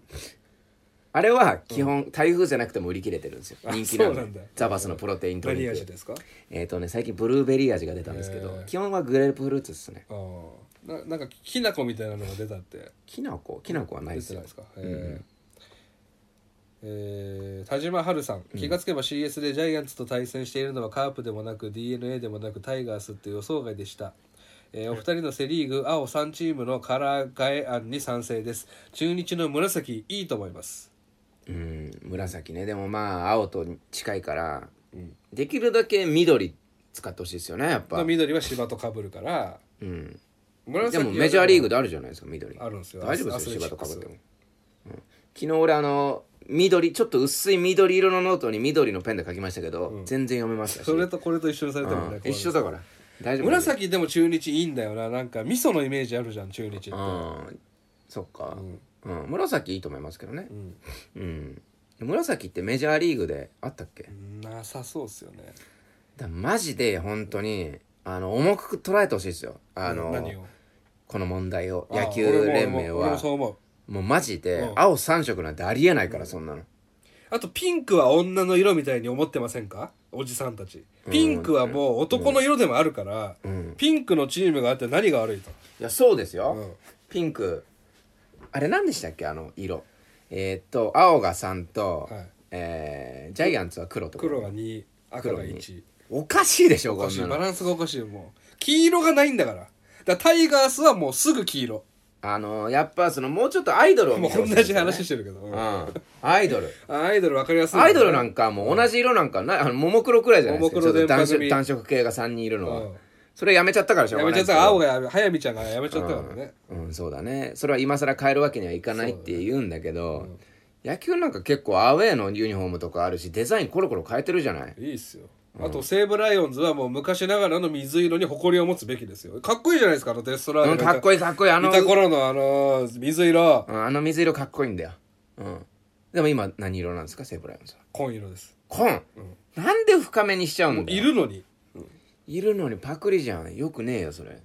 [SPEAKER 1] あれは基本、台風じゃなくても売り切れてるんですよ
[SPEAKER 2] あ
[SPEAKER 1] 人気なんで
[SPEAKER 2] そうなんだ
[SPEAKER 1] ザバスのプロテインドリ
[SPEAKER 2] 何
[SPEAKER 1] ン
[SPEAKER 2] 味
[SPEAKER 1] ク
[SPEAKER 2] ですか
[SPEAKER 1] えっ、とね最近ブルーベリー味が出たんですけど、
[SPEAKER 2] へー
[SPEAKER 1] 基本はグレープフルーツですね
[SPEAKER 2] ああななんかきな粉みたいなのが出たって
[SPEAKER 1] きなこきなこはないで
[SPEAKER 2] 出て
[SPEAKER 1] すよ
[SPEAKER 2] ないですかへええー田島春さん気がつけば CS でジャイアンツと対戦しているのはカープでもなく d n a でもなくタイガースって予想外でした、えーお二人のセ・リーグ青3チームのカラー替え案に賛成です中日の紫いいと思います
[SPEAKER 1] うん紫ねでもまあ青と近いから、できるだけ緑使ってほしいですよねやっぱ
[SPEAKER 2] 緑は芝とかぶるから
[SPEAKER 1] うん
[SPEAKER 2] これは
[SPEAKER 1] で
[SPEAKER 2] さっ
[SPEAKER 1] も
[SPEAKER 2] き
[SPEAKER 1] メジャーリーグ
[SPEAKER 2] だ
[SPEAKER 1] であるじゃないですか緑
[SPEAKER 2] あるんですよ
[SPEAKER 1] 大丈夫で
[SPEAKER 2] ア
[SPEAKER 1] すよ
[SPEAKER 2] スレチ
[SPEAKER 1] 芝
[SPEAKER 2] ッ
[SPEAKER 1] と
[SPEAKER 2] ク
[SPEAKER 1] か
[SPEAKER 2] ス
[SPEAKER 1] ぶっても、うん昨日俺あの緑ちょっと薄い緑色のノートに緑のペンで書きましたけど、全然読めましたし
[SPEAKER 2] それとこれと一緒にされてもね、
[SPEAKER 1] うん一緒だから大丈夫
[SPEAKER 2] 紫でも中日いいんだよななんか味噌のイメージあるじゃん中日って
[SPEAKER 1] うんそっか、うん紫いいと思いますけどね
[SPEAKER 2] ん
[SPEAKER 1] うん、紫ってメジャーリーグであったっけ
[SPEAKER 2] なさそうっすよね
[SPEAKER 1] だマジで本当にあの重く捉えてほしいですよあの、
[SPEAKER 2] 何を
[SPEAKER 1] この問題を
[SPEAKER 2] あ
[SPEAKER 1] 野球連盟
[SPEAKER 2] 俺も俺も俺も
[SPEAKER 1] は
[SPEAKER 2] そう思う
[SPEAKER 1] もうマジで
[SPEAKER 2] うん
[SPEAKER 1] 青3色なんてありえないからそんなの
[SPEAKER 2] あとピンクは女の色みたいに思ってませんかおじさんたちピンクはもう男の色でもあるから、ピンクのチームがあって何が悪いと、
[SPEAKER 1] いやそうですよ、
[SPEAKER 2] うん
[SPEAKER 1] ピンクあれ何でしたっけあの色えーっと青が3と、
[SPEAKER 2] はい
[SPEAKER 1] えージャイアンツは黒とか
[SPEAKER 2] 黒が2赤が1
[SPEAKER 1] おかしいでしょ
[SPEAKER 2] お
[SPEAKER 1] こ
[SPEAKER 2] かし
[SPEAKER 1] ん
[SPEAKER 2] い
[SPEAKER 1] な
[SPEAKER 2] バ
[SPEAKER 1] の
[SPEAKER 2] ランスがおかしいよもう黄色がないんだからだからタイガースはもうすぐ黄色
[SPEAKER 1] あのやっぱそのもうちょっとアイドルを見
[SPEAKER 2] もう
[SPEAKER 1] てほしい
[SPEAKER 2] 同
[SPEAKER 1] です
[SPEAKER 2] じ
[SPEAKER 1] よね
[SPEAKER 2] 話してるけど、うん
[SPEAKER 1] うんアイドル
[SPEAKER 2] アイドル分かりやすい
[SPEAKER 1] アイドルな
[SPEAKER 2] か
[SPEAKER 1] んかもう同じ色なんかないあのももクロくらいじゃないですか
[SPEAKER 2] ももクロ
[SPEAKER 1] ちょっと
[SPEAKER 2] 電波
[SPEAKER 1] 単
[SPEAKER 2] 組
[SPEAKER 1] 色単色系が3人いるのは、
[SPEAKER 2] うん
[SPEAKER 1] それやめちゃったからしょう
[SPEAKER 2] や
[SPEAKER 1] が
[SPEAKER 2] め
[SPEAKER 1] ない
[SPEAKER 2] ちゃ
[SPEAKER 1] で
[SPEAKER 2] っ
[SPEAKER 1] すけ
[SPEAKER 2] た
[SPEAKER 1] ど
[SPEAKER 2] 青がやめ早見ちゃんがやめちゃったからね、
[SPEAKER 1] うん、そうだねそれは今更変えるわけにはいかないって言うんだけど、野球なんか結構アウェーのユニフォームとかあるしデザインコロコロ変えてるじゃない
[SPEAKER 2] いいっすよあと西武ライオンズはもう昔ながらの水色に誇りを持つべきですよかっこいいじゃないですかあのデストラーデ
[SPEAKER 1] うんかっこいいかっこいいあの
[SPEAKER 2] いた頃のあのー水色
[SPEAKER 1] うんあの水色かっこいいんだよ、うん、でも今何色なんですかセーブライオンズは
[SPEAKER 2] 紺色です
[SPEAKER 1] 紺、なんで深めにしちゃうんだよ
[SPEAKER 2] いるのに
[SPEAKER 1] いるのにパクリじゃんよくねえよそれ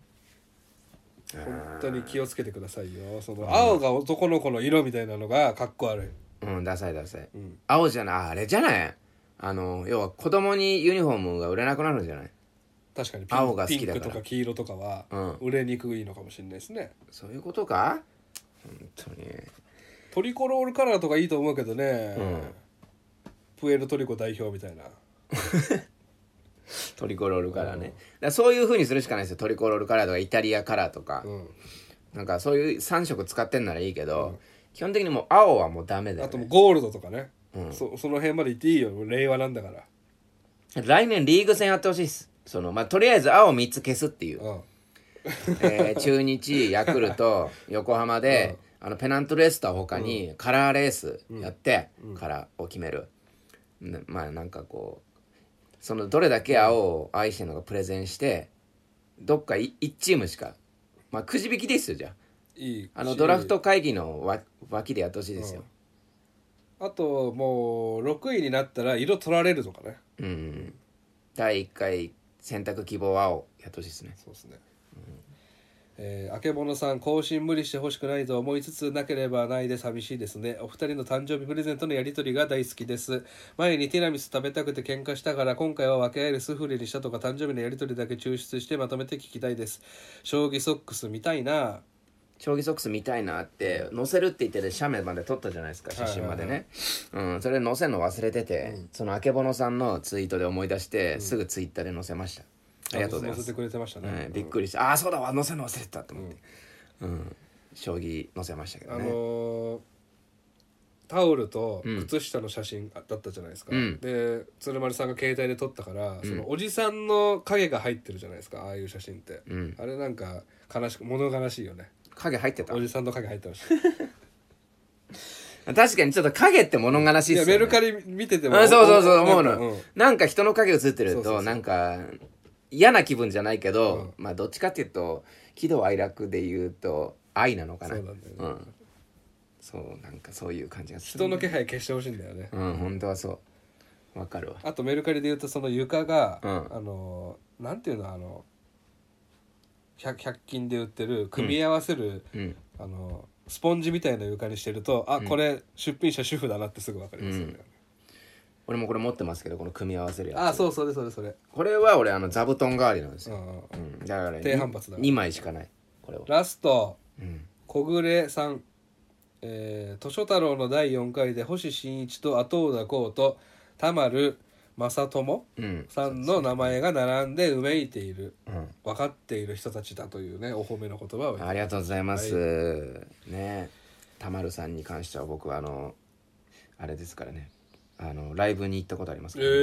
[SPEAKER 2] 本当に気をつけてくださいよその青が男の子の色みたいなのがかっこ悪い
[SPEAKER 1] うんダサいダサい、青じゃないああれじゃないあの要は子供にユニフォームが売れなくなるんじゃない
[SPEAKER 2] 確かにピン
[SPEAKER 1] 青が好きだから
[SPEAKER 2] ピンクとか黄色とかは
[SPEAKER 1] うん
[SPEAKER 2] 売れにくいのかもしれないですね、
[SPEAKER 1] そういうことか本当に
[SPEAKER 2] トリコロールカラーとかいいと思うけどね、プエルトリコ代表みたいな
[SPEAKER 1] トリコロールカラーね、だからそういう風にするしかないですよトリコロールカラーとかイタリアカラーとか、
[SPEAKER 2] ん
[SPEAKER 1] なんかそういう3色使ってんならいいけど、基本的にもう青はもうダメだ
[SPEAKER 2] あ
[SPEAKER 1] よ、
[SPEAKER 2] とも
[SPEAKER 1] ね
[SPEAKER 2] う、ゴールドとかね、そその辺まで行っていいよ令和なんだから
[SPEAKER 1] 来年リーグ戦やってほしいですそのまあとりあえず青3つ消すっていう
[SPEAKER 2] う、ん
[SPEAKER 1] えー中日 <laughs> ヤクルト横浜で、あのペナントレースとは他に、カラーレースやって、カラーを決める、ねまあなんかこうそのどれだけ青を愛してるのかプレゼンしてどっかい1チームしかまあくじ引きですよじゃ
[SPEAKER 2] いい
[SPEAKER 1] ああのドラフト会議のわ脇でやってほしいですよ、
[SPEAKER 2] あともう6位になったら色取られるとかね
[SPEAKER 1] うん第1回選択希望青やってほしいですね
[SPEAKER 2] そうですね、えー、あけぼのさん更新無理してほしくないと思いつつなければないで寂しいですねお二人の誕生日プレゼントのやり取りが大好きです前にティラミス食べたくて喧嘩したから今回は分け合えるスフレにしたとか誕生日のやり取りだけ抽出してまとめて聞きたいです将棋ソックス見たいな
[SPEAKER 1] 将棋ソックス見たいなって載せるって言ってて写メまで撮ったじゃないですか写真までね、うん、それ載せるの忘れてて、そのあけぼのさんのツイートで思い出して、すぐツイッターで載せましたありがとうございま
[SPEAKER 2] 載せ
[SPEAKER 1] す、
[SPEAKER 2] てくれてましたね、
[SPEAKER 1] はいびっくりしてああそうだわ載せるの忘れてたと思って、うん将棋載せましたけど
[SPEAKER 2] あ
[SPEAKER 1] ね、
[SPEAKER 2] のータオルと靴下の写真だったじゃないですか、
[SPEAKER 1] ん
[SPEAKER 2] で鶴丸さんが携帯で撮ったから、そのおじさんの影が入ってるじゃないですかああいう写真って、
[SPEAKER 1] ん
[SPEAKER 2] あれなんか悲しく物悲しいよね
[SPEAKER 1] 影入ってた
[SPEAKER 2] おじさんの影入ってましたい
[SPEAKER 1] 確かにちょっと影って物悲しいっ
[SPEAKER 2] や
[SPEAKER 1] すよ、
[SPEAKER 2] メ
[SPEAKER 1] ね
[SPEAKER 2] ル、カリ見てても、
[SPEAKER 1] うんそうそうそう思う
[SPEAKER 2] な
[SPEAKER 1] の、
[SPEAKER 2] んかん
[SPEAKER 1] なんか人の影映ってると
[SPEAKER 2] そうそうそう
[SPEAKER 1] なんか嫌な気分じゃないけど、まあどっちかっていうと喜怒哀楽で言うと愛なのかな
[SPEAKER 2] そうなんだよね
[SPEAKER 1] うんそうなんかそういう感じがする
[SPEAKER 2] 人の気配消してほしいんだよね、
[SPEAKER 1] うん本当はそうわかるわ
[SPEAKER 2] あとメルカリで言うとその床が、
[SPEAKER 1] うん
[SPEAKER 2] あのーなんていうのあの 100, 100均で売ってる組み合わせる、
[SPEAKER 1] うん
[SPEAKER 2] あのスポンジみたいな床にしてるとあ、これ出品者主婦だなってすぐ分かりますよね、
[SPEAKER 1] 俺もこれ持ってますけどこの組み合わせるや
[SPEAKER 2] あそうそれそれそれ、
[SPEAKER 1] つこれは俺あの座布団代わりなんです
[SPEAKER 2] う
[SPEAKER 1] よ、
[SPEAKER 2] んうん、
[SPEAKER 1] うんだから
[SPEAKER 2] 低反発だ
[SPEAKER 1] 2枚しかないこれは
[SPEAKER 2] ラスト
[SPEAKER 1] うん
[SPEAKER 2] 小暮さんえー、図書太郎の第4回で星新一と後田浩と田丸正友
[SPEAKER 1] うん
[SPEAKER 2] さんの名前が並んでうめいている
[SPEAKER 1] うん
[SPEAKER 2] 分かっている人たちだというねお褒めの言葉を
[SPEAKER 1] ありがとうございます。ね、たまるさんに関しては僕はあのあれですからね、あのライブに行ったことあります
[SPEAKER 2] え
[SPEAKER 1] からね、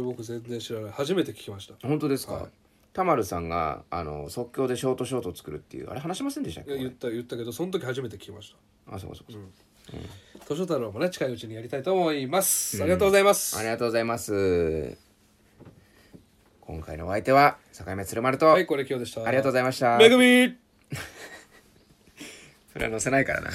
[SPEAKER 2] ー、僕全然知らない初めて聞きました
[SPEAKER 1] 本当ですか。田丸さんがあの即興でショートショートを作るっていうあれ話しませんでしたっ
[SPEAKER 2] いや言っ
[SPEAKER 1] け
[SPEAKER 2] た言ったけどその時初めて聞きまし
[SPEAKER 1] あそうかそうかそうか
[SPEAKER 2] た図書太郎もね近いうちにやりたいと思います、ありがとうございます
[SPEAKER 1] ありがとうございます今回のお相手は境目鶴丸と、
[SPEAKER 2] はいこれ今日でした
[SPEAKER 1] ありがとうございました
[SPEAKER 2] めぐみ
[SPEAKER 1] それは載せないからな